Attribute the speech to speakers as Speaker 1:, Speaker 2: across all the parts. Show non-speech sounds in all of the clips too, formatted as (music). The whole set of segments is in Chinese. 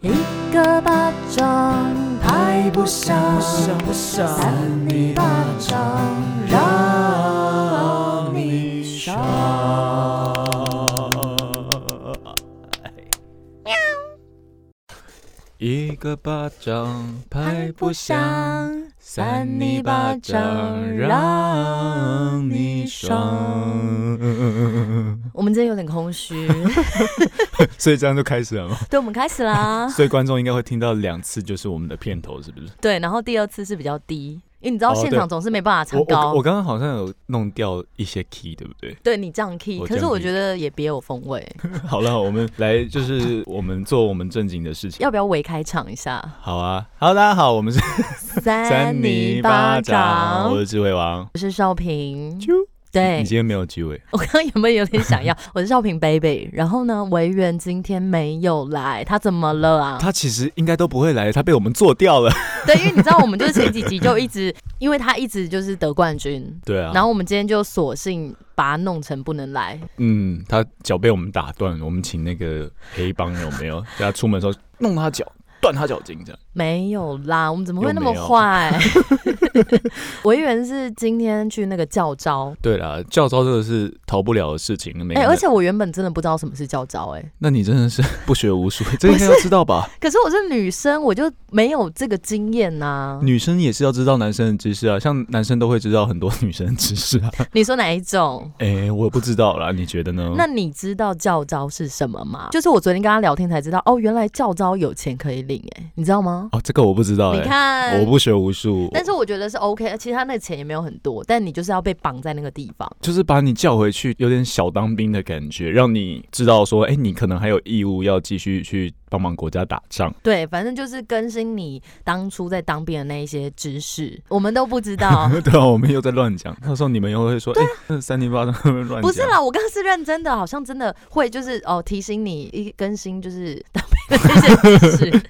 Speaker 1: 一个巴掌拍不响，
Speaker 2: 不想
Speaker 1: 扇你巴掌让你爽。
Speaker 2: 一个巴掌拍
Speaker 1: 拍
Speaker 2: 不
Speaker 1: 不
Speaker 2: 响，
Speaker 1: 响，
Speaker 2: 扇你巴掌让你爽。
Speaker 1: 我们今天有点空虚，
Speaker 2: 所以这样就开始了吗？
Speaker 1: (laughs) 对，我们开始啦。
Speaker 2: 所以观众应该会听到两次，就是我们的片头，是不是？
Speaker 1: (laughs) 对，然后第二次是比较低，因为你知道
Speaker 2: 哦
Speaker 1: 现
Speaker 2: 对
Speaker 1: 场总是没办法
Speaker 2: 我
Speaker 1: 唱
Speaker 2: 我
Speaker 1: 高。
Speaker 2: 我刚刚好像有弄掉一些 key，对不对？
Speaker 1: 对你降 key，
Speaker 2: 我
Speaker 1: 可是
Speaker 2: 降
Speaker 1: 我
Speaker 2: key
Speaker 1: 觉得也别有风味。
Speaker 2: (laughs) 好了，我们来就是我们做我们正经的事情。
Speaker 1: 要不要微开场一下？
Speaker 2: (laughs) 好啊，Hello，大家好，我们是
Speaker 1: 三
Speaker 2: 泥巴掌，我是智慧王。
Speaker 1: 我是少平。
Speaker 2: 啾
Speaker 1: 对
Speaker 2: 你，今天没有机会，
Speaker 1: (laughs) 我刚刚有没有有点想要？ (laughs) 我是少平 baby，然后呢，维园今天没有来，他怎么了啊？
Speaker 2: 他其实应该都不会来，他被我们做掉了。
Speaker 1: (laughs) 对，因为你知道，我们就是前几集就一直， (laughs) 因为他一直就是得冠军，
Speaker 2: 对啊，
Speaker 1: 然后我们今天就索性把他弄成不能来。
Speaker 2: 嗯，他脚被我们打断，我们请那个黑帮有没有？叫他出门的时候弄他脚，断他脚筋这样。
Speaker 1: 没有啦，我们怎么会那么
Speaker 2: 又没有
Speaker 1: 坏？ (laughs) 维园是今天去那个教招，
Speaker 2: 对啦，教招这个是逃不了的事情，没
Speaker 1: 哎、
Speaker 2: 人
Speaker 1: 而且我原本真的不知道什么是教招、哎，
Speaker 2: 那你真的是 (laughs) 不学无
Speaker 1: (laughs)
Speaker 2: 术，这应该要知道吧？
Speaker 1: 可是我是女生，我就没有这个经验呐、
Speaker 2: 女生也是要知道男生的知识啊，像男生都会知道很多女生的知识啊。
Speaker 1: 你说哪一种？
Speaker 2: 哎、我不知道
Speaker 1: (laughs)
Speaker 2: 啦，你觉得呢？
Speaker 1: 那你知道教招是什么吗？就是我昨天跟他聊天才知道，哦，原来教招有钱可以领、哎，你知道吗？
Speaker 2: 哦，这个我不知道
Speaker 1: 你
Speaker 2: 哎、
Speaker 1: 看，
Speaker 2: 我不学无术，
Speaker 1: 但是我觉得是 OK，其实他那个钱也没有很多，但你就是要被绑在那个地方。
Speaker 2: 就是把你叫回去，有点小当兵的感觉，让你知道说，哎、你可能还有义务要继续去帮忙国家打仗。 (laughs)
Speaker 1: 对，反正就是更新你当初在当兵的那一些知识，我们都不知
Speaker 2: (laughs)
Speaker 1: 道。
Speaker 2: 对啊，我们又在乱讲，到时候你们又会说，哎、那三零八在那边
Speaker 1: 啊
Speaker 2: 乱讲。
Speaker 1: 不是，啊啦，我刚刚是认真的，好像真的会就是哦提醒你一更新就是当兵的那些知
Speaker 2: (laughs)
Speaker 1: 识。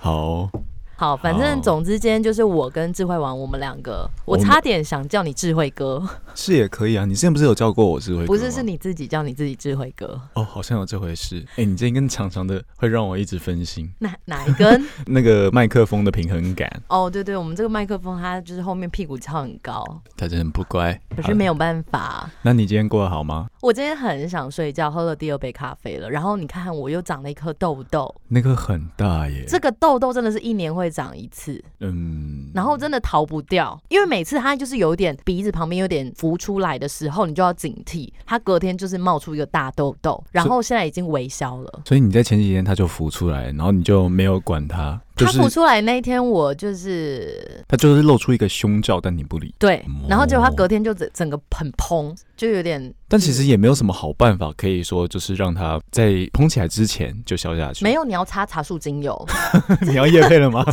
Speaker 2: 好，
Speaker 1: 好，反正总之今天就是我跟智慧王我们两个，我
Speaker 2: 哦我们
Speaker 1: 差点想叫你智慧哥，
Speaker 2: 是也可以啊。你之前不是有教过我智慧？
Speaker 1: 不是是。你自己叫你自己智慧哥， (laughs)
Speaker 2: 哦，好像有这回事。哎、你今天跟长长的会让我一直分心，
Speaker 1: 哪哪一根？
Speaker 2: (laughs) 那个麦克风的平衡感，
Speaker 1: 哦，对对，我们这个麦克风它就是后面屁股翘很
Speaker 2: (laughs)
Speaker 1: 高，
Speaker 2: 他真的很不乖。
Speaker 1: 可
Speaker 2: 好
Speaker 1: 是
Speaker 2: 了
Speaker 1: 没有办法。
Speaker 2: 那你今天过得好吗？
Speaker 1: 我今天很想睡觉，喝了第二杯咖啡了。然后你看，我又长了一颗痘痘，
Speaker 2: 那个很大耶。
Speaker 1: 这个痘痘真的是一年会长一次，
Speaker 2: 嗯，
Speaker 1: 然后真的逃不掉，因为每次它就是有一点鼻子旁边有点浮出来的时候，你就要警惕，它隔天就是冒出一个大痘痘，然后现在已经微消了。
Speaker 2: 所以你在前几天他就浮出来，然后你就没有管他，就
Speaker 1: 它
Speaker 2: 是
Speaker 1: 浮出来那一天，我就是
Speaker 2: 他就是露出一个胸罩，但你不理。
Speaker 1: 对，然后结果它
Speaker 2: 哦
Speaker 1: 隔天就整整个很蓬，就有点
Speaker 2: 但其实也没有什么好办法，可以说就是让他在蓬起来之前就消下去。
Speaker 1: 没有。你要擦茶树精油，
Speaker 2: (laughs) 你要夜配了吗？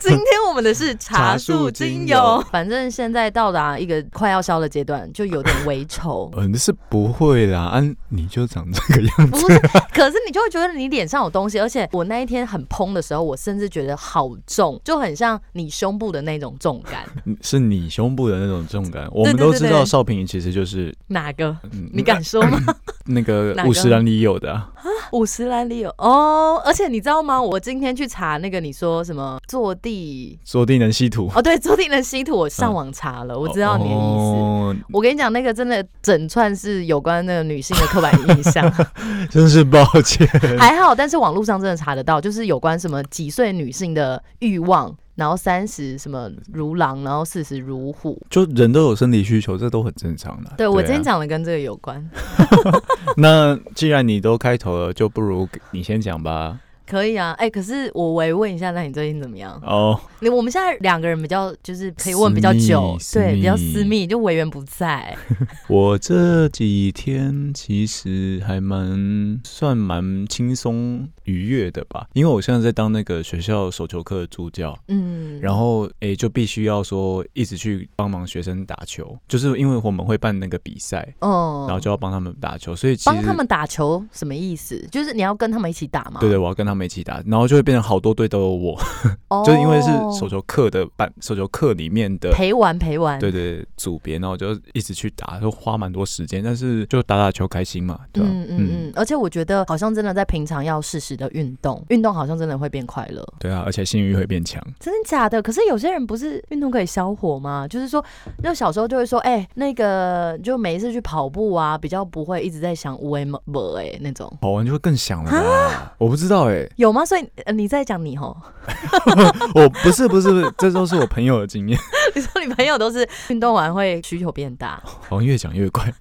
Speaker 1: 今天我们的是茶
Speaker 2: 茶
Speaker 1: 树
Speaker 2: 树
Speaker 1: 精
Speaker 2: 精
Speaker 1: 油
Speaker 2: 油，。
Speaker 1: 反正现在到达一个快要消的阶段，就有点微稠
Speaker 2: (laughs) 嗯，是不会啦，啊，你就长这个样子。
Speaker 1: 不是，可是你就会觉得你脸上有东西，而且我那一天很砰的时候，我甚至觉得好重，就很像你胸部的那种重
Speaker 2: (laughs)
Speaker 1: 感。
Speaker 2: 是你胸部的那种重感。我们
Speaker 1: 对
Speaker 2: 都
Speaker 1: 对
Speaker 2: 知
Speaker 1: 对
Speaker 2: 道少平其实就是
Speaker 1: 哪个？
Speaker 2: 嗯
Speaker 1: 你敢说吗？
Speaker 2: 那个
Speaker 1: 哪个
Speaker 2: 五十岚里有的啊、
Speaker 1: (laughs) 五十岚里有哦，而且你知道吗？我今天去查那个你说什么坐地
Speaker 2: 坐地能吸土，
Speaker 1: 哦，对，坐地能吸土，我上网查了，我知道你的意思。
Speaker 2: 嗯哦，
Speaker 1: 我跟你讲，那个真的整串是有关那个女性的刻板印象。
Speaker 2: (laughs) 真是抱歉。 (laughs)
Speaker 1: 还好，但是网络上真的查得到，就是有关什么几岁女性的欲望，然后三十什么如狼，然后四十如虎。
Speaker 2: 就人都有生理需求，这都很正常的。
Speaker 1: 对我
Speaker 2: 啊
Speaker 1: 今天讲的跟这个有关，
Speaker 2: (laughs) 那既然你都开头了，就不如你先讲吧。
Speaker 1: 可以啊。哎、可是我维问一下，那你最近怎么样？
Speaker 2: 哦，
Speaker 1: 你我们现在两个人比较就是可以问比较久，
Speaker 2: 私密
Speaker 1: 对，
Speaker 2: 私密
Speaker 1: 比较私密，就委员不
Speaker 2: (laughs)
Speaker 1: 在。
Speaker 2: 我这几天其实还蛮算蛮轻松愉悦的吧，因为我现在在当那个学校手球课的助教，
Speaker 1: 嗯，
Speaker 2: 然后诶、就必须要说一直去帮忙学生打球，就是因为我们会办那个比赛，
Speaker 1: 哦，
Speaker 2: 嗯然后就要帮他们打球，所以其实
Speaker 1: 帮他们打球什么意思？就是你要跟他们一起打吗？
Speaker 2: 对对，我要跟他美吉达，然后就会变成好多队都有我，
Speaker 1: 哦
Speaker 2: 就是因为是手球课的班，手球课里面的。
Speaker 1: 陪玩陪玩，
Speaker 2: 对对对组别，然后我就一直去打，就花蛮多时间，但是就打打球开心嘛，对吧、
Speaker 1: 嗯嗯嗯，而且我觉得好像真的在平常要适时的运动，运动好像真的会变快乐，
Speaker 2: 对啊，而且性欲会变强。
Speaker 1: 真的假的？可是有些人不是运动可以消火吗？就是说，那小时候就会说，哎、那个就每一次去跑步啊，比较不会一直在想无为不哎那种，
Speaker 2: 跑完就会更想了吧？我不知道哎、
Speaker 1: 有吗？所以、呃你在讲你 (laughs) 吼，
Speaker 2: 我哦不是不是，不是 (laughs) 这都是我朋友的经验。
Speaker 1: 你说你朋友都是运动完会需求变大，
Speaker 2: 好哦像越讲越
Speaker 1: (laughs)
Speaker 2: 快，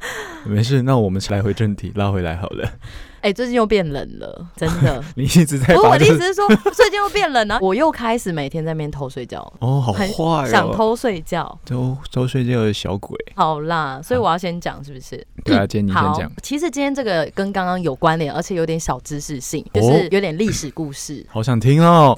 Speaker 2: 没事，那我们来回正题，拉回来好了。 (laughs)
Speaker 1: 哎、最近又变冷了，真的。
Speaker 2: 你一直在
Speaker 1: (laughs) 不是
Speaker 2: 把
Speaker 1: 我的意
Speaker 2: 这
Speaker 1: 思是说，最近又变冷了，啊哎我又开始每天在那边偷睡觉，
Speaker 2: 哦，好
Speaker 1: 很
Speaker 2: 坏
Speaker 1: 想
Speaker 2: 哦，
Speaker 1: 偷睡觉。
Speaker 2: 都都睡觉的小鬼。
Speaker 1: 好啦，所以我要先讲是不是？
Speaker 2: 对啊，今天你先
Speaker 1: 好
Speaker 2: 讲，，
Speaker 1: 其实今天这个跟刚刚有关联，而且有点小知识性，就
Speaker 2: 哦。
Speaker 1: 是有点历史故事 (laughs)
Speaker 2: 好想听哦。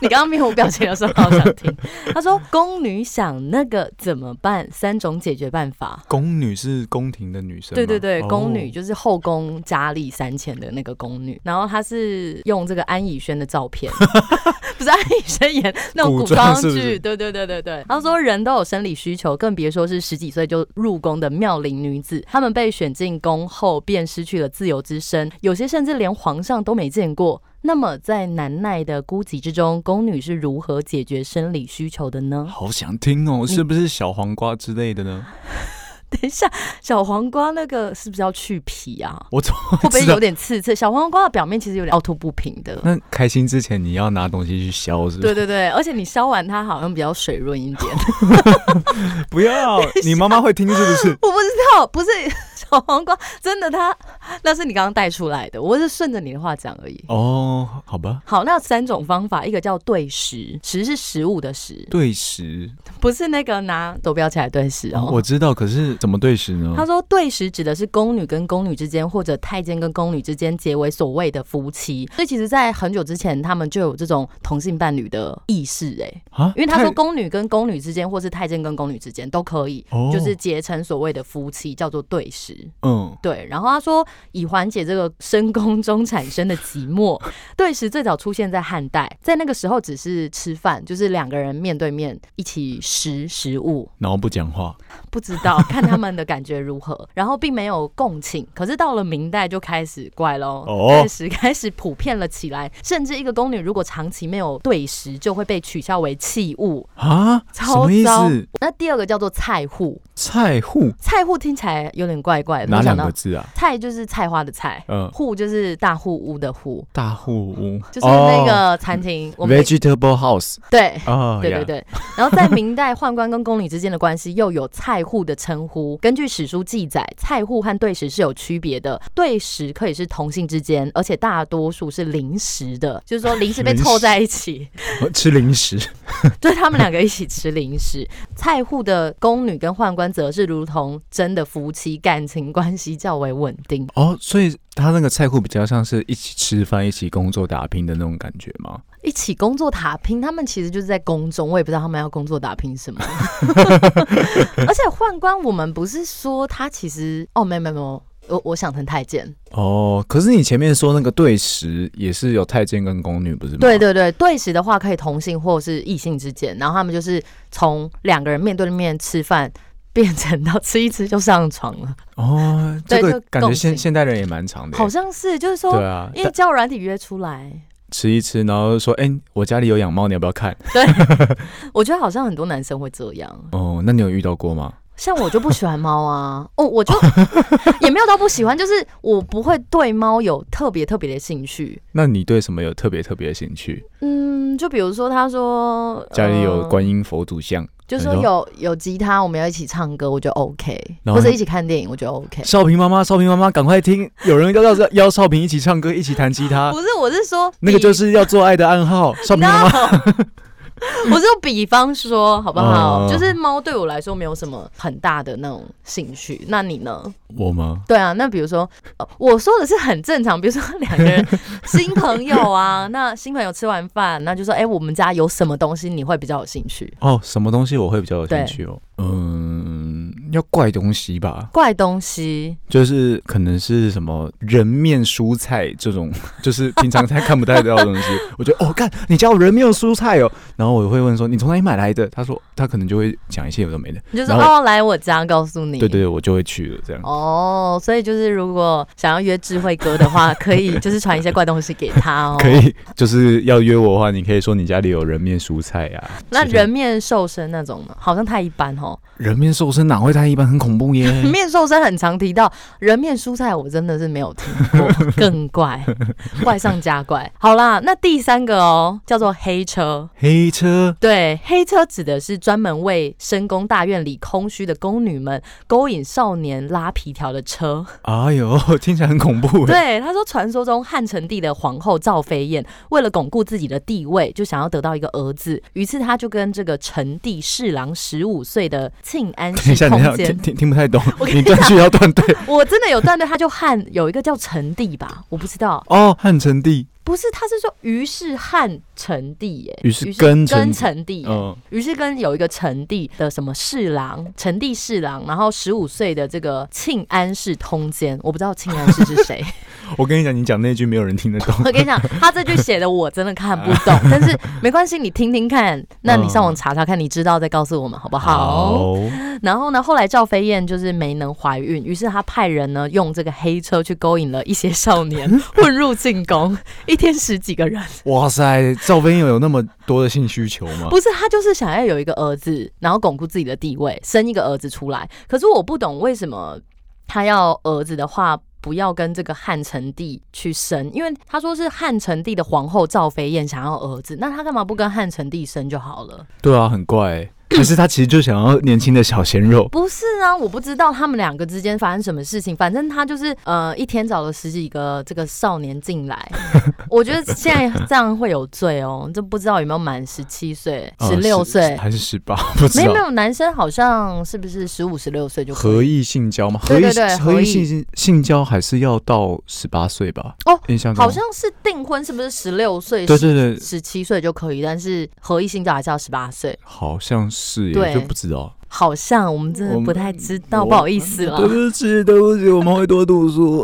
Speaker 1: 你刚刚面无表情的时候，好想听。他说：“宫女想那个怎么办？三种解决办法。”
Speaker 2: 宫女是宫廷的女生吗，
Speaker 1: 对对对，
Speaker 2: 哦
Speaker 1: 宫女就是后宫佳丽三千的那个宫女，然后她是用这个安以轩的照片，
Speaker 2: (laughs)
Speaker 1: 不是安以轩演那种
Speaker 2: 古
Speaker 1: 古装
Speaker 2: 装是不
Speaker 1: 剧，
Speaker 2: 是
Speaker 1: 对对对对对。她说人都有生理需求，更别说是十几岁就入宫的妙龄女子，她们被选进宫后便失去了自由之身，有些甚至连皇上都没见过。那么，在难耐的孤寂之中，宫女是如何解决生理需求的呢？ (laughs)
Speaker 2: 好想听
Speaker 1: 嗯
Speaker 2: 哦，是不是小黄瓜之类的呢？
Speaker 1: 等一下，小黄瓜那个是不是要去皮啊？
Speaker 2: 我怎么
Speaker 1: 会不会
Speaker 2: 知道嗯
Speaker 1: 有点刺刺？小黄瓜的表面其实有点凹凸不平的。
Speaker 2: 那开心之前你要拿东西去削，是不
Speaker 1: 对
Speaker 2: 是？
Speaker 1: 对对，而且你削完它好像比较水润一点。 (laughs)
Speaker 2: (laughs) 不要，你妈妈会听是不是？
Speaker 1: 我不知道，不是 (laughs) 小黄瓜，真的它那是你刚刚带出来的，我是顺着你的话讲而已。
Speaker 2: 哦，好吧，
Speaker 1: 好，那三种方法，一个叫对食，食是食物的食，
Speaker 2: 对时、
Speaker 1: 不是那个拿手标起来对食哦。
Speaker 2: 我知道，可是怎么对时呢？
Speaker 1: 他说，对食指的是宫女跟宫女之间，或者太监跟宫女之间结为所谓的夫妻。所以其实，在很久之前，他们就有这种同性伴侣的意识、哎，
Speaker 2: 啊
Speaker 1: 因为他
Speaker 2: 太
Speaker 1: 说宫女跟宫女之间，或是太监跟宫女之间都可以，
Speaker 2: 哦
Speaker 1: 就是结成所谓的夫妻，叫做对食。
Speaker 2: 嗯，
Speaker 1: 对，然后他说以缓解这个深宫中产生的寂寞，对食最早出现在汉代，在那个时候只是吃饭，就是两个人面对面一起食食物，
Speaker 2: 然后不讲话，
Speaker 1: 不知道 (laughs) 看他们的感觉如何，然后并没有共情。可是到了明代就开始怪喽，
Speaker 2: 哦
Speaker 1: 对食开始普遍了起来，甚至一个宫女如果长期没有对食，就会被取笑为弃物。
Speaker 2: 啊，什
Speaker 1: 超
Speaker 2: 么意
Speaker 1: 糟
Speaker 2: 思？
Speaker 1: 那第二个叫做菜户，
Speaker 2: 菜户
Speaker 1: 菜户听起来有点怪怪的，
Speaker 2: 哪
Speaker 1: 哎没想
Speaker 2: 两个
Speaker 1: 到
Speaker 2: 字啊？
Speaker 1: 菜就是菜花的菜，
Speaker 2: 嗯，
Speaker 1: 户就是大户屋的户，
Speaker 2: 大户屋
Speaker 1: 就是那个餐厅。
Speaker 2: 哦
Speaker 1: 我们
Speaker 2: vegetable house
Speaker 1: 对。
Speaker 2: 啊，
Speaker 1: 对
Speaker 2: 呀
Speaker 1: 对，对，然后在明代，宦官跟宫女之间的关系又有菜户的称呼。 (laughs) 根据史书记载，菜户和对食是有区别的。对食可以是同性之间，而且大多数是临时的，就是说临时被
Speaker 2: 临时
Speaker 1: 凑在一起，
Speaker 2: 我哦吃零食
Speaker 1: 对他们两个一起吃零食。菜户的宫女跟宦官则是如同真的夫妻，感情关系较为稳定。
Speaker 2: 哦，所以他那个菜户比较像是一起吃饭、一起工作、打拼的那种感觉吗？
Speaker 1: 一起工作打拼，他们其实就是在宫中，我也不知道他们要工作打拼什么。 (laughs) 而且宦官，我们不是说他其实哦，没有没有没有，我我想成太监。
Speaker 2: 哦，可是你前面说那个对食也是有太监跟宫女，不是吗？
Speaker 1: 对，对对，对时的话可以同性或是异性之间，然后他们就是从两个人面对面吃饭。变成到吃一吃就上床了，
Speaker 2: 哦，
Speaker 1: 对
Speaker 2: 这个
Speaker 1: 就
Speaker 2: 感
Speaker 1: 共
Speaker 2: 觉现
Speaker 1: 性
Speaker 2: 现代人也蛮长的耶，
Speaker 1: 好像是，就是说，
Speaker 2: 对啊，
Speaker 1: 因为交友软体约出来，
Speaker 2: 吃一吃，然后说，哎、我家里有养猫，你要不要看？
Speaker 1: 我觉得好像很多男生会这样，
Speaker 2: 哦，那你有遇到过吗？
Speaker 1: 像我就不喜欢猫啊， (laughs) 哦，我就也没有到不喜欢，就是我不会对猫有特别特别的兴趣。
Speaker 2: 那你对什么有特别特别的兴趣？
Speaker 1: 嗯，就比如说他说
Speaker 2: 家里有
Speaker 1: 呃
Speaker 2: 观音佛祖像，
Speaker 1: 就说有有吉他，我们要一起唱歌，我觉得 OK，
Speaker 2: 然
Speaker 1: 或
Speaker 2: 后
Speaker 1: 者
Speaker 2: 你
Speaker 1: 一起看电影，我觉得 OK。
Speaker 2: 少平妈妈，少平妈妈，赶快听，有人要要邀少平一起唱歌，一起弹吉他
Speaker 1: 不，是，我是说
Speaker 2: 啊那个
Speaker 1: 比
Speaker 2: 就是要做爱的
Speaker 1: (laughs)
Speaker 2: 暗号。少平妈妈，
Speaker 1: 我是说比方说好不好？
Speaker 2: 哦
Speaker 1: 就是猫对我来说没有什么很大的那种兴趣，那你呢？
Speaker 2: 我吗？
Speaker 1: 对啊，那比如说，呃我说的是很正常，比如说两个
Speaker 2: (laughs)
Speaker 1: 人新朋友啊，那新朋友吃完饭，那就说，哎、我们家有什么东西你会比较有兴趣？
Speaker 2: 哦，什么东西我会比较有兴趣哦？嗯，要怪东西吧，
Speaker 1: 怪东西，
Speaker 2: 就是可能是什么人面蔬菜这种， (laughs) 就是平常才看不太到的东西。 (laughs) 我觉得哦，干你家有人面蔬菜哦，然后我会问说你从哪里买来的？他说他可能就会讲一些有的没的。
Speaker 1: 你就说
Speaker 2: 然后
Speaker 1: 哦，来我家告诉你。
Speaker 2: 对对对，我就会去了这样。
Speaker 1: 哦，所以就是如果想要约智慧哥的
Speaker 2: (laughs)
Speaker 1: 话，可以就是传一些怪东西给他哦。
Speaker 2: 可。以，就是要约我的话，你可以说你家里有人面蔬菜啊。
Speaker 1: 那
Speaker 2: 之类的
Speaker 1: 人面兽身那种呢，好像太一般哦。
Speaker 2: 人面兽身哪会太一般，很恐怖耶。
Speaker 1: (laughs) 面兽身很常提到，人面蔬菜我真的是没有听过，更怪， (laughs) 怪上加怪。好啦，那第三个哦，叫做黑车。
Speaker 2: 黑车
Speaker 1: 对，黑车指的是专门为深宫大院里空虚的宫女们勾引少年拉皮条的车。
Speaker 2: 哎呦，听起来很恐怖。，
Speaker 1: 对，他说，传说中汉成帝的皇后赵飞燕为了巩固自己的地位，就想要得到一个儿子，于是他就跟这个成帝侍郎十五岁的庆安
Speaker 2: (laughs) 等
Speaker 1: 氏
Speaker 2: 一下，等一下，
Speaker 1: 通
Speaker 2: 听
Speaker 1: 奸。
Speaker 2: 听听不太懂
Speaker 1: (laughs) 我，跟
Speaker 2: 你
Speaker 1: 你
Speaker 2: 断
Speaker 1: 讲
Speaker 2: 句要断对。
Speaker 1: 我真的有段对，他就汉有一个叫成帝吧，我不知道，
Speaker 2: 哦，汉成帝，
Speaker 1: 不是，他是说于是汉成帝耶，
Speaker 2: 于是跟成
Speaker 1: 跟
Speaker 2: 帝
Speaker 1: 成帝耶。
Speaker 2: 嗯，
Speaker 1: 于是跟有一个成帝的什么侍郎，成帝侍郎，然后十五岁的这个庆安氏通奸，我不知道庆安氏是
Speaker 2: (laughs)
Speaker 1: 谁。
Speaker 2: 我跟你讲，你讲那句没有人听得懂。
Speaker 1: 我跟你讲，他这句写的我真的看不
Speaker 2: (laughs)
Speaker 1: 懂，但是没关系，你听听看，那你
Speaker 2: 嗯
Speaker 1: 上网查查看，你知道再告诉我们好不 (laughs) 好？然后呢，后来赵飞燕就是没能怀孕，于是她派人呢用这个黑车去勾引了一些少年， (laughs) 混入进宫，一天十几个人。
Speaker 2: 哇塞，赵飞燕有那么多的性需求吗？
Speaker 1: 不是，他就是想要有一个儿子，然后巩固自己的地位，生一个儿子出来。可是我不懂为什么他要儿子的话。不要跟这个汉成帝去生，因为他说是汉成帝的皇后赵飞燕想要儿子，那他干嘛不跟汉成帝生就好了？
Speaker 2: 对啊，很怪、欸。可是他其实就想要年轻的小鲜肉。
Speaker 1: 不是啊，我不知道他们两个之间发生什么事情，反正他就是呃一天找了十几个这个少年进来，我觉得现在这样会有罪哦，这不知道有没有满十七岁、
Speaker 2: 呃
Speaker 1: 十六岁，
Speaker 2: 还是十八？ (laughs) 不知
Speaker 1: 没有没
Speaker 2: 道。
Speaker 1: 有，男生好像是不是十五、十六岁就可以
Speaker 2: 合意性交吗？合
Speaker 1: 对
Speaker 2: 意
Speaker 1: 对对
Speaker 2: 合
Speaker 1: 合
Speaker 2: 意
Speaker 1: 意
Speaker 2: 性性交还是要到十八岁吧？
Speaker 1: 哦，
Speaker 2: 印象中
Speaker 1: 好像是订婚是不是十六岁？
Speaker 2: 对对对，
Speaker 1: 十七岁就可以，但是合意性交还是要十八岁。
Speaker 2: 好像是耶，
Speaker 1: 对
Speaker 2: 就不知道。
Speaker 1: 好像我们真
Speaker 2: 我
Speaker 1: 的
Speaker 2: 们
Speaker 1: 不太知道，
Speaker 2: 我
Speaker 1: 不好意思啦。
Speaker 2: 不起，对不起，我们会多读 (laughs) 书。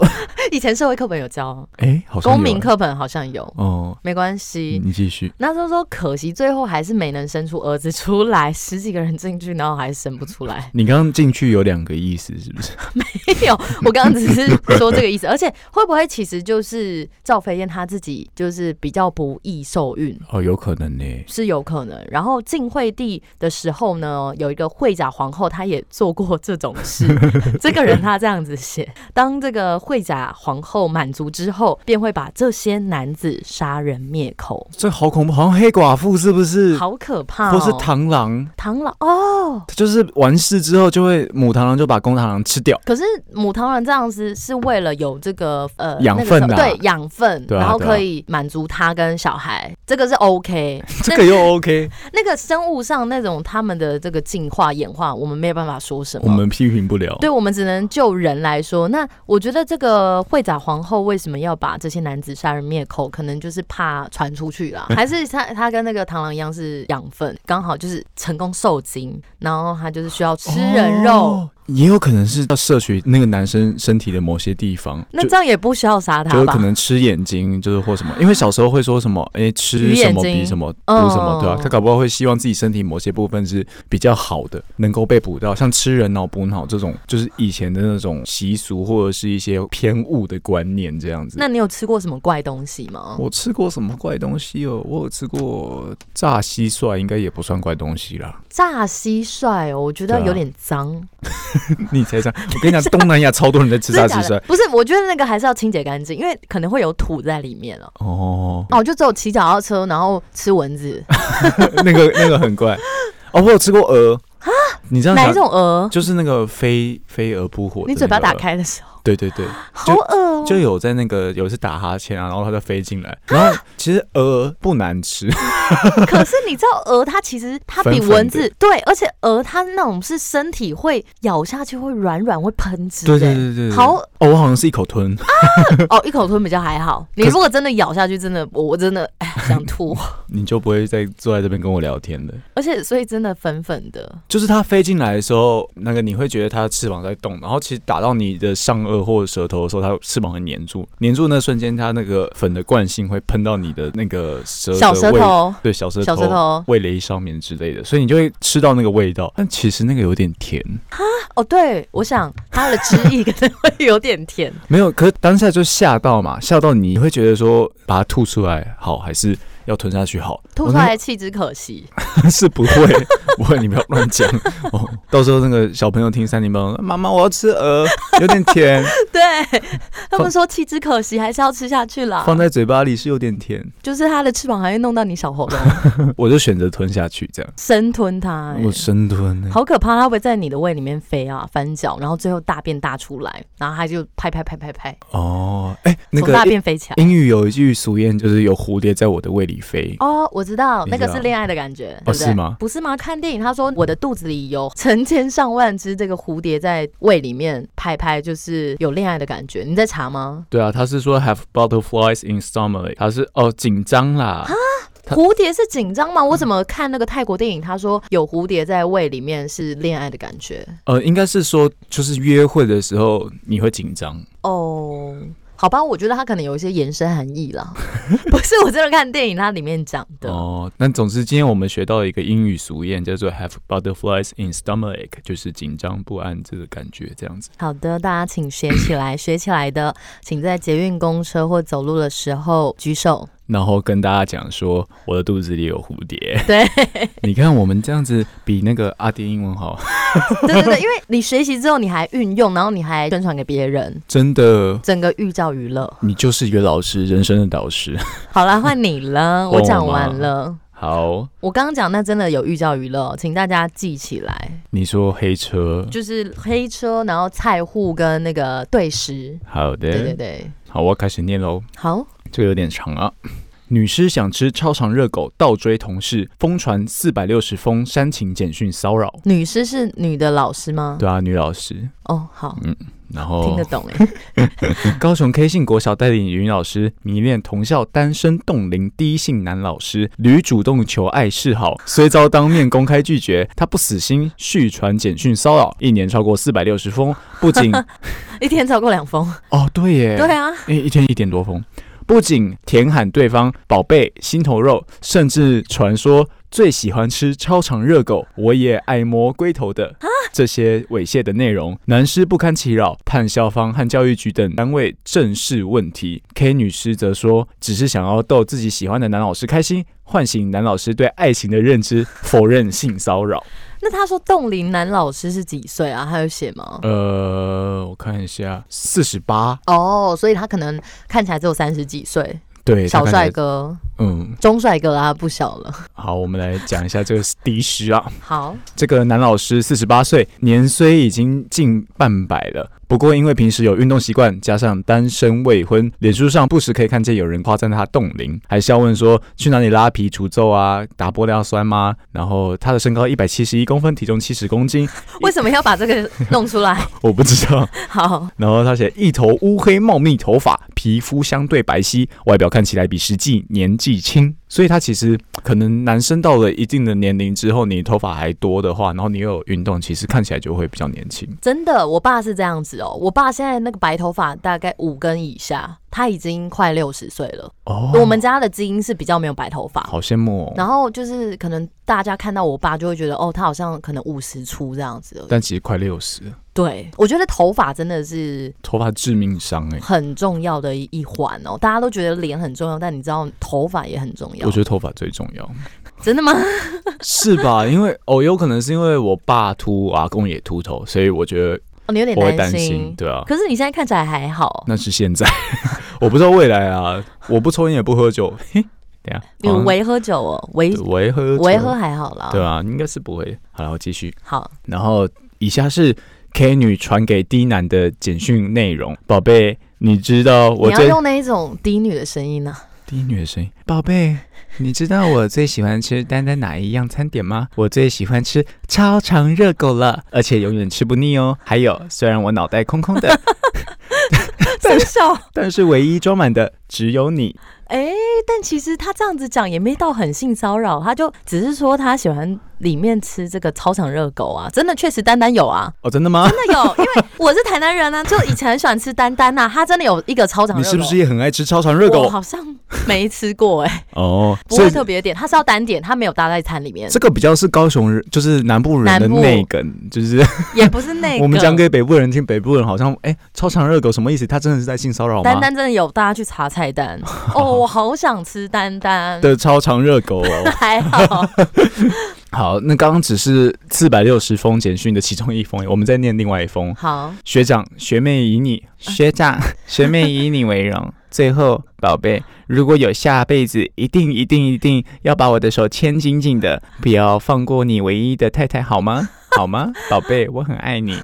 Speaker 1: 以前社会课本有教，
Speaker 2: 哎，好像有
Speaker 1: 公民。课本好像有，
Speaker 2: 哦，
Speaker 1: 没关系。
Speaker 2: 你继续。
Speaker 1: 那时候说可惜，最后还是没能生出儿子出来， (laughs) 十几个人进去，然后还生不出来。 (laughs)
Speaker 2: 你刚刚进去有两个意思，是不是？
Speaker 1: 没有，我刚刚只是说这个意思。而且会不会其实就是赵飞燕她自己就是比较不易受孕？
Speaker 2: 哦，有可能呢。
Speaker 1: 是有可能。然后晋惠帝的时候呢，有一个惠甲皇后，她也做过这种
Speaker 2: (laughs)
Speaker 1: 事。这个人他这样子写：当这个惠甲皇后满足之后，便会把这些男子杀人灭口，
Speaker 2: 这好恐怖，好像黑寡妇是不是？
Speaker 1: 好可怕、
Speaker 2: 或
Speaker 1: 哦！
Speaker 2: 是螳螂，
Speaker 1: 螳螂哦。
Speaker 2: 它就是完事之后就会母螳螂就把公螳螂吃
Speaker 1: (laughs)
Speaker 2: 掉。
Speaker 1: 可是母螳螂这样子是为了有这个呃
Speaker 2: 养
Speaker 1: 那个
Speaker 2: 分
Speaker 1: 什么
Speaker 2: 啊
Speaker 1: 对养分，
Speaker 2: 对啊
Speaker 1: 然后
Speaker 2: 对啊
Speaker 1: 可以满足它跟小孩，这个是 OK。
Speaker 2: 这个又 OK，
Speaker 1: 那个生物上那种他们的这个进化演化，我们没有办法说什么。
Speaker 2: 我们批评不了。
Speaker 1: 对，我们只能就人来说。那我觉得这个惠甲皇后为什么要把这些男子杀人灭口？可能就是怕传出去
Speaker 2: (laughs)
Speaker 1: 啦，还是她她跟那个螳螂一样是养分，刚好就是成功受精，然后她就是需要吃人肉。
Speaker 2: 哦也有可能是要摄取那个男生身体的某些地方。
Speaker 1: 那
Speaker 2: 就
Speaker 1: 这样也不需要杀
Speaker 2: 就
Speaker 1: 他
Speaker 2: 有可
Speaker 1: 吧？
Speaker 2: 能吃眼睛，就是或什么，因为小时候会说什么，哎、吃
Speaker 1: 鱼
Speaker 2: 什
Speaker 1: 眼
Speaker 2: 么比
Speaker 1: 睛
Speaker 2: 什么补
Speaker 1: 嗯
Speaker 2: 什么，对吧、
Speaker 1: 嗯嗯
Speaker 2: 他搞不好会希望自己身体某些部分是比较好的，能够被补到，像吃人脑补脑这种，就是以前的那种习俗或者是一些偏误的观念这样子。
Speaker 1: 那你有吃过什么怪东西吗？
Speaker 2: 我吃过什么怪东西哦？我有吃过炸蟋蟀，应该也不算怪东西啦。
Speaker 1: 炸蟋蟀哦，我觉得
Speaker 2: 对啊
Speaker 1: 有点脏。
Speaker 2: 你才这样，
Speaker 1: (laughs)
Speaker 2: 我跟你讲，东南亚超多人在吃
Speaker 1: 真
Speaker 2: 啊炸
Speaker 1: 的假
Speaker 2: 蟋
Speaker 1: 的
Speaker 2: 蟀？
Speaker 1: 不是，我觉得那个还是要清洁干净，因为可能会有土在里面哦。 (laughs)
Speaker 2: 哦，
Speaker 1: 哦，就只有骑脚踏车，然后吃蚊
Speaker 2: (laughs)
Speaker 1: 子，
Speaker 2: 那个那个很怪。哦，我有吃过鹅啊，你这样
Speaker 1: 哪
Speaker 2: 讲
Speaker 1: 一种蛾？
Speaker 2: 就是那个飞飞蛾扑火、
Speaker 1: 你嘴巴打，开的时候。
Speaker 2: 对对对，
Speaker 1: 好恶哦、
Speaker 2: 就有在那个有一次打哈欠啊，然后它就飞进来，然后其实鹅不难吃，
Speaker 1: 可是你知道鹅它其实它比
Speaker 2: 粉粉的
Speaker 1: 蚊子对，而且鹅它那种是身体会咬下去会软软会喷汁、欸，
Speaker 2: 对对对对，对
Speaker 1: 好
Speaker 2: 哦，我好像是一口吞，
Speaker 1: 哦，一口吞比较还好。你
Speaker 2: 可是
Speaker 1: 如果真的咬下去，真的我我真的哎想
Speaker 2: (laughs)
Speaker 1: 吐，
Speaker 2: 你就不会再坐在这边跟我聊天了。
Speaker 1: 而且所以真的粉粉的，
Speaker 2: 就是它飞进来的时候，那个你会觉得它的翅膀在动，然后其实打到你的上颚或者舌头的时候，它翅膀会粘住，粘住那瞬间，它那个粉的惯性会喷到你的那个舌
Speaker 1: 小舌
Speaker 2: 的味，
Speaker 1: 头。哦
Speaker 2: 对小舌头、
Speaker 1: 小舌头
Speaker 2: 味蕾上面之类的，所以你就会吃到那个味道。但其实那个有点甜，
Speaker 1: 哦，对，我想它的汁液可能会有点
Speaker 2: (laughs)
Speaker 1: 甜，
Speaker 2: 没有，可是当下就吓到嘛，吓到你会觉得说把它吐出来好，还是要吞下去好？
Speaker 1: 吐
Speaker 2: 我
Speaker 1: 出
Speaker 2: 那
Speaker 1: 来弃之可惜。
Speaker 2: 是不会， (laughs) 不会，你不要乱讲 (laughs) 哦。到时候那个小朋友听三零八，妈妈 (laughs) 我要吃鹅，有点甜，
Speaker 1: (laughs) 对他们说弃之可惜，还是要吃下去啦。
Speaker 2: 放在嘴巴里是有点甜， (laughs)
Speaker 1: 就是它的翅膀还会弄到你小喉咙，
Speaker 2: 我就选择吞下去，这样
Speaker 1: 生吞它、哎
Speaker 2: 我生吞、欸。
Speaker 1: 好可怕！它会在你的胃里面飞啊，翻搅，然后最后大便大出来，然后它就拍拍拍拍拍，
Speaker 2: 哦，哎、那
Speaker 1: 从、
Speaker 2: 个
Speaker 1: 大便飞起来。
Speaker 2: 英语有一句俗谚，就是有蝴蝶在我的胃里飞。
Speaker 1: 哦，我知道，
Speaker 2: 你
Speaker 1: 那
Speaker 2: 知
Speaker 1: 个
Speaker 2: 道
Speaker 1: 是恋爱的感觉，对
Speaker 2: 哦
Speaker 1: 不对？
Speaker 2: 是吗
Speaker 1: 不是吗？看电影，他说我的肚子里有 (laughs) 成千上万只这个蝴蝶在胃里面拍拍，就是有恋爱的感觉。你在查吗？
Speaker 2: 对啊，他是说 have butterflies in stomach，他是哦紧张啦，它
Speaker 1: 蝴蝶是紧张吗？我怎么看那个泰国电影，他说有蝴蝶在胃里面是恋爱的感觉。
Speaker 2: 呃，应该是说就是约会的时候你会紧张，
Speaker 1: 哦，好吧，我觉得它可能有一些延伸含义啦。 (laughs) 不是，我真的看电影，它里面讲的。
Speaker 2: 哦，那总之今天我们学到一个英语俗谚，叫做 “have butterflies in stomach”，就是紧张不安这个感觉，这样子。
Speaker 1: 好的，大家请学起来，学起来的，请在捷运、公车或走路的时候举 (laughs) 手。
Speaker 2: 然后跟大家讲说，我的肚子里有蝴蝶。
Speaker 1: 对，
Speaker 2: 你看我们这样子比那个阿丁英文好， (laughs)
Speaker 1: 对对对，因为你学习之后，你还运用，然后你还宣传给别人，
Speaker 2: 真的，
Speaker 1: 整个寓教于乐。
Speaker 2: 你就是一个老师，人生的导师。 (laughs)
Speaker 1: 好啦，换你了，我讲完
Speaker 2: 换
Speaker 1: 了。
Speaker 2: 好，
Speaker 1: 我刚刚讲那真的有寓教于乐，请大家记起来，
Speaker 2: 你说黑车，
Speaker 1: 就是黑车，然后菜户跟那个对食。
Speaker 2: 好的，
Speaker 1: 对对对，
Speaker 2: 好，我要开始念喽。
Speaker 1: 好，
Speaker 2: 这个有点长啊。女尸想吃超长热狗，倒追同事，疯传四百六十封煽情简讯骚扰。
Speaker 1: 女师是女的老师吗？
Speaker 2: 对啊，女老师，
Speaker 1: 哦，好，
Speaker 2: 然后
Speaker 1: 听得懂哎、
Speaker 2: 高雄 K 姓国小代理云老师迷恋同校单身冻龄第一性男老师，屡主动求爱示好，虽遭当面公开拒绝，他不死心，续传简讯骚扰，一年超过四百六十封，不仅
Speaker 1: (laughs) 一天超过两封。
Speaker 2: 哦对耶，
Speaker 1: (laughs) 对啊，
Speaker 2: 一一天一点多封，不仅甜喊对方宝贝、心头肉，甚至传说最喜欢吃超长热狗，我也爱摸龟头的
Speaker 1: 啊
Speaker 2: 这些猥亵的内容，男尸不堪其扰，盼校方和教育局等单位正视问题。K 女尸则说，只是想要逗自己喜欢的男老师开心。唤醒男老师对爱情的认知，否认性骚扰。
Speaker 1: 那他说冻龄男老师是几岁啊？他有写吗？
Speaker 2: 呃，我看一下，四十八，
Speaker 1: 哦，所以他可能看起来只有三十几岁，
Speaker 2: 对，
Speaker 1: 小
Speaker 2: 大概
Speaker 1: 帅。哥、
Speaker 2: 嗯，
Speaker 1: 中帅哥啦，不小了。
Speaker 2: 好，我们来讲一下这个 (laughs) 敌尸啊。
Speaker 1: (laughs) 好，
Speaker 2: 这个男老师四十八岁，年虽已经近半百了，不过因为平时有运动习惯，加上单身未婚，脸书上不时可以看见有人夸赞他冻龄，还笑问说去哪里拉皮除皱啊，打玻尿酸吗？然后他的身高一百七十一公分，体重七十公斤，
Speaker 1: 为什么要把这个弄出来？ (laughs)
Speaker 2: 我不知道。
Speaker 1: 好，
Speaker 2: 然后他写一头乌黑茂密头发，皮肤相对白皙，外表看起来比实际年纪轻。所以他其实可能男生到了一定的年龄之后，你头发还多的话，然后你又有运动，其实看起来就会比较年轻。
Speaker 1: 真的，我爸是这样子哦。我爸现在那个白头发大概五根以下，他已经快六十岁了。
Speaker 2: 哦
Speaker 1: 我们家的基因是比较没有白头发。
Speaker 2: 好羡慕哦。
Speaker 1: 然后就是可能大家看到我爸就会觉得哦，他好像可能五十出这样子而已。
Speaker 2: 但其实快六十，
Speaker 1: 对，我觉得头发真的是
Speaker 2: 头发致命伤哎、
Speaker 1: 很重要的一环哦。大家都觉得脸很重要，但你知道头发也很重要
Speaker 2: 我觉。得头发最重要，
Speaker 1: 真的吗？
Speaker 2: 是吧？ (laughs) 因为哦，有可能是因为我爸秃，我阿公也秃头，所以我觉得
Speaker 1: 哦，你有点
Speaker 2: 我会担
Speaker 1: 心
Speaker 2: 心，。嗯对啊。
Speaker 1: 可是你现在看起来还好，
Speaker 2: 那是现在， (laughs) 我不知道未来啊。我不抽烟也不喝酒，嘿，等一下，
Speaker 1: 你
Speaker 2: 好像
Speaker 1: 微喝酒哦，微
Speaker 2: 对我也喝，啊
Speaker 1: 微喝，还好啦。
Speaker 2: 对啊，应该是不会。好了，我继续。
Speaker 1: 好，
Speaker 2: 然后以下是 K 女传给 D 男的简讯内容：宝贝，你知道我
Speaker 1: 你要
Speaker 2: 最
Speaker 1: 用那一种低女的声音
Speaker 2: (laughs)
Speaker 1: 呢、
Speaker 2: D 女的声音，宝贝，你知道我最喜欢吃丹丹哪一样餐点吗？我最喜欢吃超长热狗了，而且永远吃不腻哦。还有，虽然我脑袋空空
Speaker 1: (laughs)
Speaker 2: 的，
Speaker 1: 真 (laughs) 笑。
Speaker 2: 但是唯一装满的只有你。
Speaker 1: 哎、但其实他这样子讲也没到很性骚扰，他就只是说他喜欢里面吃这个操场热狗啊，真的确实丹丹有啊，
Speaker 2: 哦，真的吗？
Speaker 1: 真的有，因 (laughs) 为我是台南人呢、啊，就以前很喜欢吃丹丹呐、啊，他真的有一个操场热
Speaker 2: 你
Speaker 1: 狗，
Speaker 2: 是不是也很爱吃超长热
Speaker 1: 我
Speaker 2: 狗？
Speaker 1: 好像没吃过哎、
Speaker 2: 哦，
Speaker 1: 不
Speaker 2: 所
Speaker 1: 会
Speaker 2: 以
Speaker 1: 特别点，他是要单点，他没有搭在餐里面，
Speaker 2: 这个比较是高雄人，就是南部人的
Speaker 1: 南部
Speaker 2: 内梗，就是
Speaker 1: 也不是那个。
Speaker 2: (laughs) 我们讲给北部人听，北部人好像哎、超长热狗什么意思？他真的是在性骚扰吗？
Speaker 1: 丹丹真的有，大家去查菜单哦，我好想吃丹丹。
Speaker 2: 的超长热狗哦。 (laughs)
Speaker 1: 还好， (laughs)
Speaker 2: 好，那刚刚只是四百六十封简讯的其中一封，我们再念另外一封。
Speaker 1: 好，
Speaker 2: 学长学妹以你学长学妹以你为荣。 (laughs) 最后，宝贝，如果有下辈子，一定一定一定要把我的手牵紧紧的，不要放过你唯一的太太，好 (laughs) 吗？好吗，宝贝，我很爱你。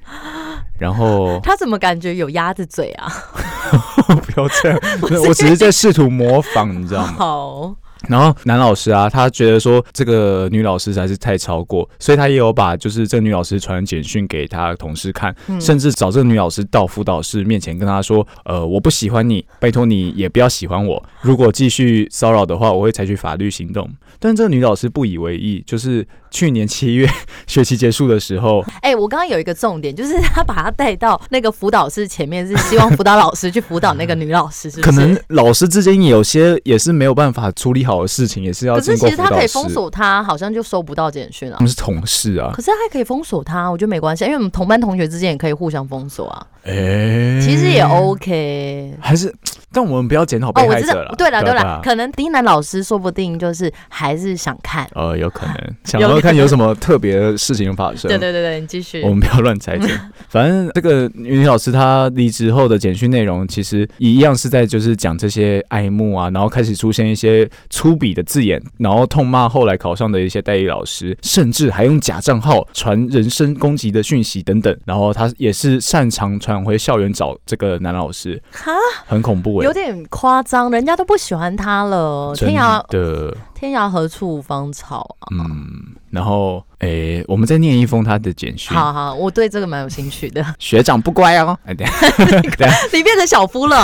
Speaker 2: 然后
Speaker 1: 他怎么感觉有鸭子嘴啊？
Speaker 2: (laughs) 不要 (laughs) 这样，我只是在试图模仿，你知道吗？
Speaker 1: 好，
Speaker 2: 然后男老师啊，他觉得说这个女老师实在是太超过，所以他也有把就是这个女老师传简讯给他同事看，
Speaker 1: 嗯
Speaker 2: 甚至找这个女老师到辅导室面前跟她说：“呃，我不喜欢你，拜托你也不要喜欢我。如果继续骚扰的话，我会采取法律行动。”但这个女老师不以为意，就是去年七月 (laughs) 学期结束的
Speaker 1: (laughs)
Speaker 2: 时候，
Speaker 1: 哎、我刚刚有一个重点，就是 (laughs) 他把他带到那个辅导室前面，是希望辅导老师去辅导那个女老师，是不
Speaker 2: 嗯可
Speaker 1: 是？
Speaker 2: 能老师之间有些也是没有办法处理好的事情，也是要
Speaker 1: 可
Speaker 2: 经
Speaker 1: 是
Speaker 2: 过
Speaker 1: 其
Speaker 2: 辅
Speaker 1: 实他
Speaker 2: 导
Speaker 1: 可以
Speaker 2: 室。
Speaker 1: 封锁他，好像就收不到简讯啊
Speaker 2: 他。们是同事啊，
Speaker 1: 可是他还可以封锁他，我觉得没关系，因为我们同班同学之间也可以互相封锁啊，
Speaker 2: 哎、
Speaker 1: 其实也 OK。
Speaker 2: 还是，但我们不要检讨
Speaker 1: 哦，
Speaker 2: 被
Speaker 1: 我
Speaker 2: 害
Speaker 1: 知
Speaker 2: 者啊
Speaker 1: 道
Speaker 2: 了、，
Speaker 1: 对了对了
Speaker 2: 吧，
Speaker 1: 可能丁楠老师说不定就是还是想看。
Speaker 2: 呃，有
Speaker 1: (laughs)
Speaker 2: 可能想要看有什么特别的事情发生。
Speaker 1: 对对对对，你继续
Speaker 2: (laughs) 我。们不要乱
Speaker 1: (laughs)
Speaker 2: 猜测。反正这个女老师她离职后的简讯内容，其实一样是在就是讲这些爱慕啊，然后开始出现一些粗鄙的字眼，然后痛骂后来考上的一些代理老师，甚至还用假账号传人身攻击的讯息等等。然后她也是擅长传回校园找这个男老师，
Speaker 1: 哈，
Speaker 2: 很恐怖哎、
Speaker 1: 有点夸张，人家都不喜欢他了。
Speaker 2: 真
Speaker 1: 天涯
Speaker 2: 的。
Speaker 1: 天涯何处无芳草啊！
Speaker 2: 嗯，然后诶、我们再念一封他的简讯。
Speaker 1: 好好，我对这个蛮有兴趣的。
Speaker 2: 学长不乖哦，
Speaker 1: (laughs)
Speaker 2: 哎，等一下等一下
Speaker 1: 你变成小夫
Speaker 2: (laughs)
Speaker 1: 了，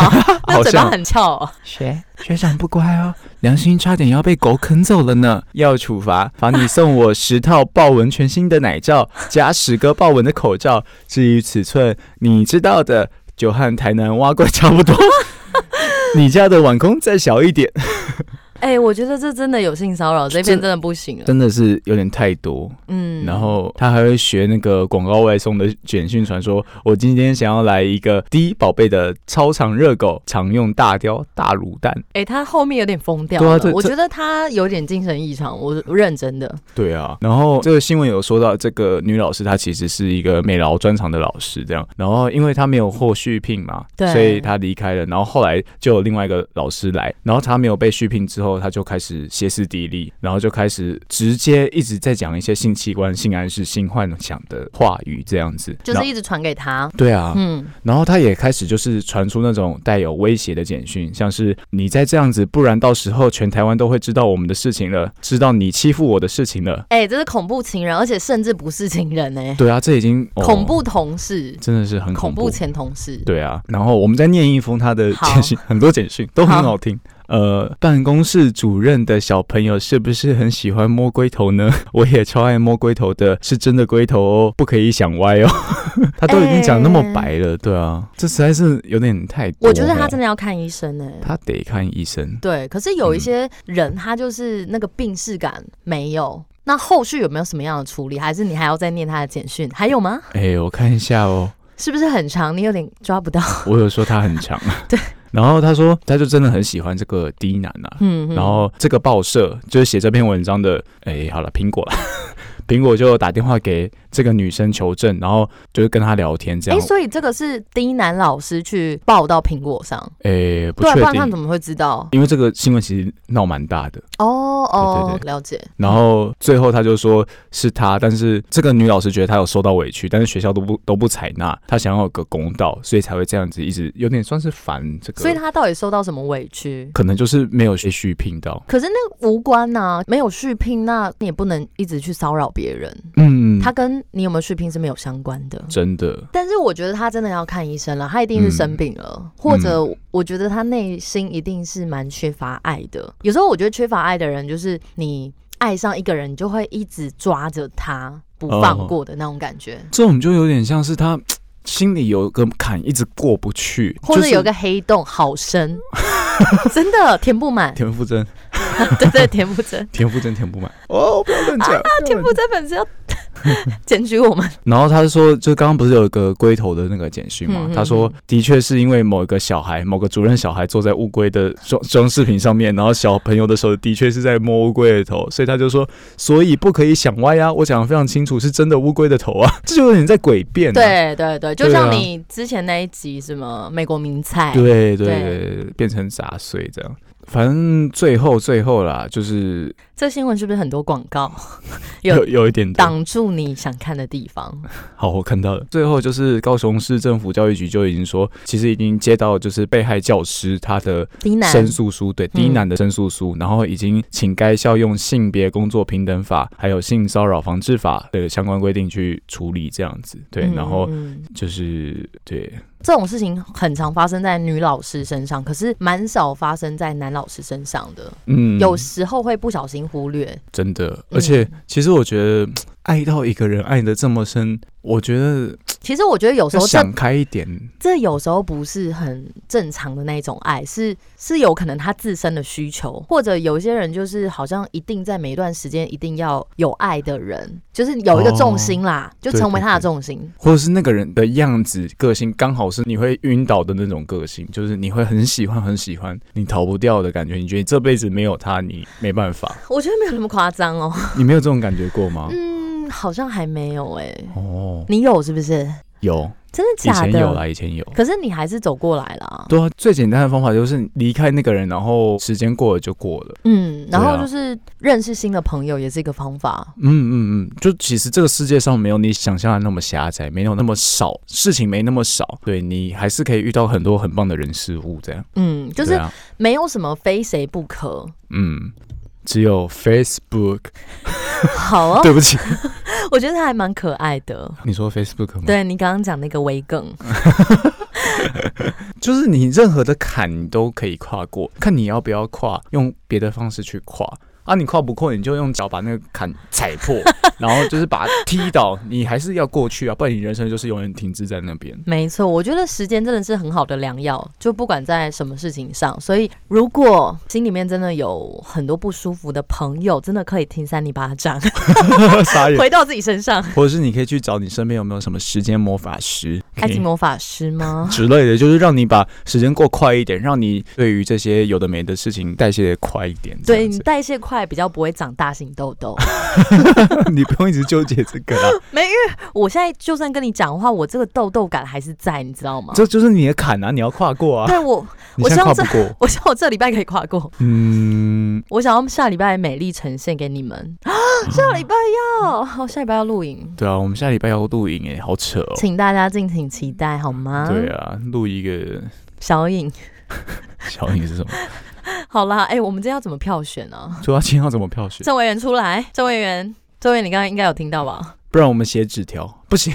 Speaker 1: 那
Speaker 2: 好
Speaker 1: 嘴巴
Speaker 2: 像
Speaker 1: 很翘、哦。
Speaker 2: 学学长不乖哦，良心差点要被狗啃走了呢，要处罚，罚你送我十套豹纹全新的
Speaker 1: (laughs)
Speaker 2: 奶罩，加十个豹纹的口罩。至于尺寸，你知道的，就和台南蛙怪
Speaker 1: (laughs)
Speaker 2: 差不多。你家的碗空再小一点，
Speaker 1: 哎、我觉得这真的有性骚扰，这边
Speaker 2: 这
Speaker 1: 真的不行了。
Speaker 2: 真的是有点太多。
Speaker 1: 嗯，
Speaker 2: 然后他还会学那个广告外送的简讯传说，我今天想要来一个低宝贝的超长热狗，常用大雕大卤蛋。
Speaker 1: 哎、他后面有点疯掉
Speaker 2: 对啊
Speaker 1: 了，
Speaker 2: 这
Speaker 1: 我
Speaker 2: 这
Speaker 1: 觉得他有点精神异常，我我认真的。
Speaker 2: 对啊，然后这个新闻有说到，这个女老师她其实是一个美劳专长的老师，这样，然后因为她没有后续聘嘛，
Speaker 1: 对
Speaker 2: 所以她离开了，然后后来就有另外一个老师来，然后她没有被续聘之后，她就开始歇斯底里，然后就开始直接一直在讲一些性器官、性暗示、性幻想的话语这样子，
Speaker 1: 就
Speaker 2: 然
Speaker 1: 是
Speaker 2: 后
Speaker 1: 一直传给他。
Speaker 2: 对啊，
Speaker 1: 嗯，
Speaker 2: 然后他也开始就是传出那种带有威胁的简讯，像是你再这样子，不然到时候全台湾都会知道我们的事情了，知道你欺负我的事情了。
Speaker 1: 哎、这是恐怖情人，而且甚至不是情人哎、
Speaker 2: 对啊，这已经、哦
Speaker 1: 恐，怖同事，
Speaker 2: 真的是很
Speaker 1: 恐
Speaker 2: 恐怖。
Speaker 1: 怖前同事。
Speaker 2: 对啊，然后我们再念一封他的
Speaker 1: 好
Speaker 2: 简讯， (laughs) 很多简讯都很
Speaker 1: 好
Speaker 2: 好听。呃，办公室主任的小朋友是不是很喜欢摸龟头呢？ (laughs) 我也超爱摸龟头的，是真的龟头哦，不可以想歪哦。 (laughs) 他都已经讲那么白了，对啊，这实在是有点太多。
Speaker 1: 我觉得他
Speaker 2: 的。
Speaker 1: 真的要看医生哎、
Speaker 2: 他得看医生。
Speaker 1: 对，可是有一
Speaker 2: 嗯
Speaker 1: 些人他就是那个病逝感没有，那后续有没有什么样的处理？还是你还要再念他的简讯？还有吗？
Speaker 2: 哎、我看一
Speaker 1: (laughs)
Speaker 2: 下哦，
Speaker 1: 是不是很长？你有点抓不
Speaker 2: (laughs)
Speaker 1: 到。
Speaker 2: 我有说他很长。
Speaker 1: (laughs) 对。
Speaker 2: 然后他说，他就真的很喜欢这个低男啊。
Speaker 1: 嗯，嗯
Speaker 2: 然后这个 (laughs) 报社就是写这篇文章的，哎、好了，苹果了，苹果就打电话给这个女生求证，然后就是跟她聊天这
Speaker 1: 哎、
Speaker 2: 样。
Speaker 1: 所以这个是低男老师去报到苹果上，
Speaker 2: 诶、哎不
Speaker 1: 对啊，
Speaker 2: 确
Speaker 1: 不然他
Speaker 2: 定，
Speaker 1: 怎么会知道？
Speaker 2: 因为这个新闻其实闹蛮大的。
Speaker 1: 哦
Speaker 2: 对
Speaker 1: 哦，
Speaker 2: 对
Speaker 1: 了解。
Speaker 2: 然后最后他就说是他，但是这个女老师觉得她有受到委屈，但是学校都不都不采纳，她想要有个公道，所以才会这样子一直有点算是烦这个。
Speaker 1: 所以他到底受到什么委屈？
Speaker 2: 可能就是没有被续聘到。
Speaker 1: 可是那个无关呐、没有续聘，那你也不能一直去骚扰别人。
Speaker 2: 嗯，
Speaker 1: 他跟你有没有续聘是没有相关的。
Speaker 2: 真的
Speaker 1: 但是我觉得他真的要看医生了，他一定是生病了，或者我觉得他内心一定是蛮缺乏爱的。有时候我觉得缺乏爱的人，就是你爱上一个人，你就会一直抓着他不放过的那种感觉，
Speaker 2: 这种就有点像是他心里有个坎一直过不去，
Speaker 1: 或者有
Speaker 2: 就是
Speaker 1: 个黑洞好深，真的填不满，
Speaker 2: 田馥甄，
Speaker 1: 对对，填不真。
Speaker 2: 田馥甄填不满。哦，不要乱讲。
Speaker 1: 填不真粉丝要检举我们，
Speaker 2: 然后他说，就刚刚不是有一个龟头的那个简讯嘛？
Speaker 1: 嗯嗯
Speaker 2: 他说，的确是因为某一个小孩，某个主任小孩坐在乌龟的装 (laughs) 装饰品上面，然后小朋友的手的确是在摸乌龟的头，所以他就说，所以不可以想歪啊！我讲的非常清楚，是真的乌龟的头啊，这就有点在诡辩、啊。
Speaker 1: 对对对，就
Speaker 2: 对啊
Speaker 1: 像你之前那一集什么美国名菜，
Speaker 2: 对对
Speaker 1: 对
Speaker 2: 对，变成杂碎这样。反正最后最后啦，就是
Speaker 1: 这新闻是不是很多广告有
Speaker 2: 有有一点的
Speaker 1: 挡住你想看的地方？
Speaker 2: 好，我看到了。最后就是高雄市政府教育局就已经说，其实已经接到就是被害教师他的
Speaker 1: 低男
Speaker 2: 申诉书，对
Speaker 1: 嗯
Speaker 2: 低男的申诉书，然后已经请该校用性别工作平等法还有性骚扰防治法的相关规定去处理这样子。对，
Speaker 1: 嗯
Speaker 2: 然后
Speaker 1: 嗯
Speaker 2: 就是对，
Speaker 1: 这种事情很常发生在女老师身上，可是蛮少发生在男老师身上的，
Speaker 2: 嗯，
Speaker 1: 有嗯时候会不小心忽略。
Speaker 2: 真的，而且其实我觉得嗯爱到一个人爱的这么深，我觉得
Speaker 1: 其实我觉得有时
Speaker 2: 要
Speaker 1: 候这
Speaker 2: 想开一点，
Speaker 1: 这有时候不是很正常的那一种爱，是是有可能他自身的需求，或者有一些人就是好像一定在每一段时间一定要有爱的人，就是有一个重心啦，
Speaker 2: 哦
Speaker 1: 就成为他的重心。
Speaker 2: 或者是那个人的样子、个性刚好是你会晕倒的那种个性，就是你会很喜欢、很喜欢，你逃不掉的感觉。你觉得这辈子没有他，你没办法。
Speaker 1: 我觉得没有那么夸张哦，
Speaker 2: 你没有这种感觉过吗？
Speaker 1: 嗯，好像还没有哎、
Speaker 2: 哦，
Speaker 1: 你有是不是？
Speaker 2: 有，
Speaker 1: 真的
Speaker 2: 以
Speaker 1: 假
Speaker 2: 前
Speaker 1: 的？
Speaker 2: 有啦，以前有。
Speaker 1: 可是你还是走过来了啊、
Speaker 2: 对啊，最简单的方法就是离开那个人，然后时间过了就过了。
Speaker 1: 嗯，然
Speaker 2: 对
Speaker 1: 后
Speaker 2: 啊
Speaker 1: 就是认识新的朋友也是一个方法。
Speaker 2: 嗯嗯嗯，就其实这个世界上没有你想象的那么狭窄，没有那么少事情，没那么少。对你还是可以遇到很多很棒的人事物，这样。
Speaker 1: 嗯，就
Speaker 2: 对
Speaker 1: 是
Speaker 2: 啊、
Speaker 1: 没有什么非谁不
Speaker 2: (laughs)
Speaker 1: 可。
Speaker 2: 嗯，只有 Facebook。
Speaker 1: 好哦，
Speaker 2: 对不起，
Speaker 1: 我觉得他还蛮可爱的。
Speaker 2: (laughs) 你说 Facebook 吗？，
Speaker 1: 对你刚刚讲那个微梗，
Speaker 2: 就是你任何的坎你都可以跨过，看你要不要跨，用别的方式去跨。啊，你跨不过，你就用脚把那个坎踩 (laughs) 破，然后就是把它踢倒，你还是要过去啊，不然你人生就是永远停滞在那边。
Speaker 1: 没错，我觉得时间真的是很好的良药，就不管在什么事情上。所以，如果心里面真的有很多不舒服的朋友，真的可以听三里巴掌，
Speaker 2: (laughs) 傻
Speaker 1: (laughs)
Speaker 2: 眼。
Speaker 1: 回到自己身上。
Speaker 2: 或者是你可以去找你身边有没有什么时间魔法师，
Speaker 1: 爱情
Speaker 2: 魔
Speaker 1: 魔法师吗？
Speaker 2: 之类的， (laughs) 就是让你把时间过快一点，让你对于这些有的没的事情代谢得快一点。这
Speaker 1: 对
Speaker 2: 样
Speaker 1: 你
Speaker 2: 子，
Speaker 1: 代谢快，比较不会长大型痘痘。
Speaker 2: (laughs) 你不用一直纠结这个啦，
Speaker 1: 没，因为我现在就算跟你讲话，我这个痘痘感还是在，你知道吗？
Speaker 2: 这就是你的坎啊，你要跨过啊，
Speaker 1: 对我，
Speaker 2: 你
Speaker 1: 我
Speaker 2: 现在跨
Speaker 1: 上次
Speaker 2: 不过。
Speaker 1: (laughs) 我想我这礼拜可以跨过，
Speaker 2: (laughs) 嗯，
Speaker 1: 我想要下礼拜美丽呈现给你们。啊，下礼拜要，好，下礼拜要露营，
Speaker 2: 对啊，我们下礼拜要露营诶，好扯哦。
Speaker 1: 请大家敬请期待好吗？
Speaker 2: 对啊，录一个
Speaker 1: 小颖，
Speaker 2: 小影是什么？
Speaker 1: (laughs) 好啦，哎、我们今天要怎么票选呢、
Speaker 2: 主要今天要怎么票选？
Speaker 1: 郑委员出来，郑委员，郑委员，你刚刚应该有听到吧？
Speaker 2: 不然我们写纸条，不行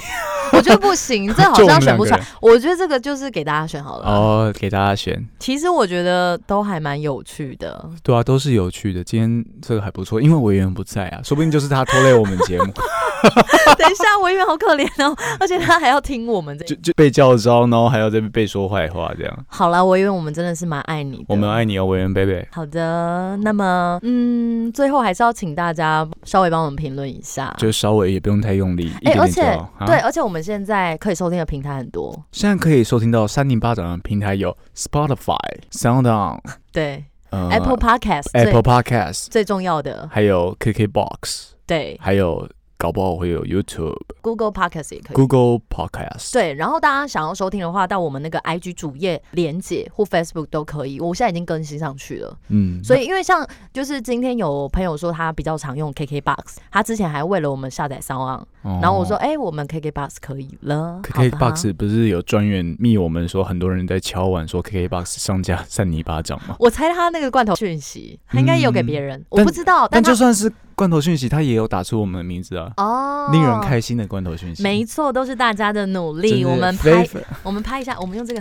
Speaker 1: 我觉得不行，这好
Speaker 2: (laughs) 就我
Speaker 1: 像
Speaker 2: 们
Speaker 1: 选
Speaker 2: 两
Speaker 1: 不
Speaker 2: 个
Speaker 1: 出来
Speaker 2: 人。
Speaker 1: 我觉得这个就是给大家选好了。
Speaker 2: 哦，给大家选。
Speaker 1: 其实我觉得都还蛮有趣的。 (laughs)
Speaker 2: 对啊，都是有趣的。今天这个还不错，因为委员不在啊，说不定就是他拖累我们
Speaker 1: (laughs)
Speaker 2: 节目，
Speaker 1: 等一下，委员好可怜哦，而且他还要听我们这
Speaker 2: 就就被叫招，然后还要再被说坏话这样。
Speaker 1: 好啦，我以为我们真的是蛮爱你的。
Speaker 2: 我们爱你哦，委员贝贝。
Speaker 1: 好的，那么嗯，最后还是要请大家稍微帮我们评论一下。
Speaker 2: 就稍微也不用太用力，一点
Speaker 1: 哎而
Speaker 2: 点就
Speaker 1: 且
Speaker 2: 好。啊
Speaker 1: 对，，而且我们现在可以收听的平台很多，
Speaker 2: 现在可以收听到三零八掌的平台有 Spotify、Sound On、
Speaker 1: 对、
Speaker 2: 呃
Speaker 1: Apple 嗯 Podcast 最
Speaker 2: Apple Podcast，
Speaker 1: 最重要的，
Speaker 2: 还有 KKBox，
Speaker 1: 对
Speaker 2: 还有搞不好会有 YouTube、
Speaker 1: Google Podcast 也可以。
Speaker 2: Google Podcast。
Speaker 1: 对，然后大家想要收听的话，到我们那个 IG 主页连接或 Facebook 都可以。我现在已经更新上去了，
Speaker 2: 嗯，
Speaker 1: 所以因为像就是今天有朋友说他比较常用 KKBox，他之前还为了我们下载 s o n
Speaker 2: 哦
Speaker 1: 然后我说哎、我们 KKBox 可以了
Speaker 2: KK
Speaker 1: 好吧啊
Speaker 2: Box 不是有专员密我们说，很多人在敲碗说 KK Box 上架扇你一巴掌吗？
Speaker 1: 我猜他那个罐头讯息，他应该也有给别人，我
Speaker 2: 嗯但
Speaker 1: 不知道，
Speaker 2: 但
Speaker 1: 他
Speaker 2: 就算是罐头讯息，他也有打出我们的名字啊，
Speaker 1: 哦，
Speaker 2: 令人开心的罐头讯息。
Speaker 1: 没错，都是大家的努
Speaker 2: 真
Speaker 1: 力。
Speaker 2: 是
Speaker 1: 我们
Speaker 2: 非 (laughs)
Speaker 1: 拍，我们拍一下，我们用这个，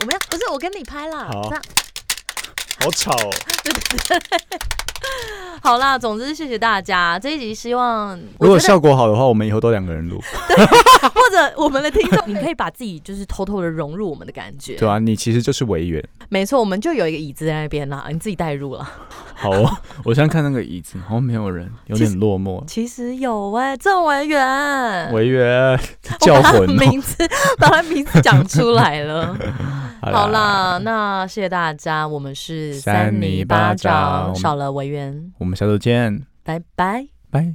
Speaker 1: 我们要不是我跟你拍啦。
Speaker 2: 好
Speaker 1: 这样
Speaker 2: 好吵哦。
Speaker 1: 好啦，总之谢谢大家。这一集希望，
Speaker 2: 如
Speaker 1: (laughs) 我觉
Speaker 2: 果
Speaker 1: 得
Speaker 2: 效果好的话，我们以后都两个人
Speaker 1: (laughs)
Speaker 2: 录，
Speaker 1: 或者我们的听
Speaker 2: (laughs)
Speaker 1: 众，你可以把自己就是偷偷的融入我们的感觉。
Speaker 2: 对啊，你其实就是委员。
Speaker 1: 没错，我们就有一个椅子在那边啦，你自己带入了。
Speaker 2: 好哦，
Speaker 1: (laughs)
Speaker 2: 我现在看那个椅子，好像没有人，有
Speaker 1: 其
Speaker 2: 点
Speaker 1: 实
Speaker 2: 落寞。
Speaker 1: 其实有哎、郑文员，
Speaker 2: 委员
Speaker 1: 我
Speaker 2: 叫
Speaker 1: (laughs) 把他的
Speaker 2: 魂哦。
Speaker 1: 名字，把他名字讲出来了。好
Speaker 2: 啦，
Speaker 1: 啦，那谢谢大家，我们是
Speaker 2: 三
Speaker 1: 三
Speaker 2: 泥
Speaker 1: 泥
Speaker 2: 巴
Speaker 1: 巴
Speaker 2: 掌
Speaker 1: 掌，少了委员，
Speaker 2: 我们下周见，
Speaker 1: 拜拜。
Speaker 2: 拜。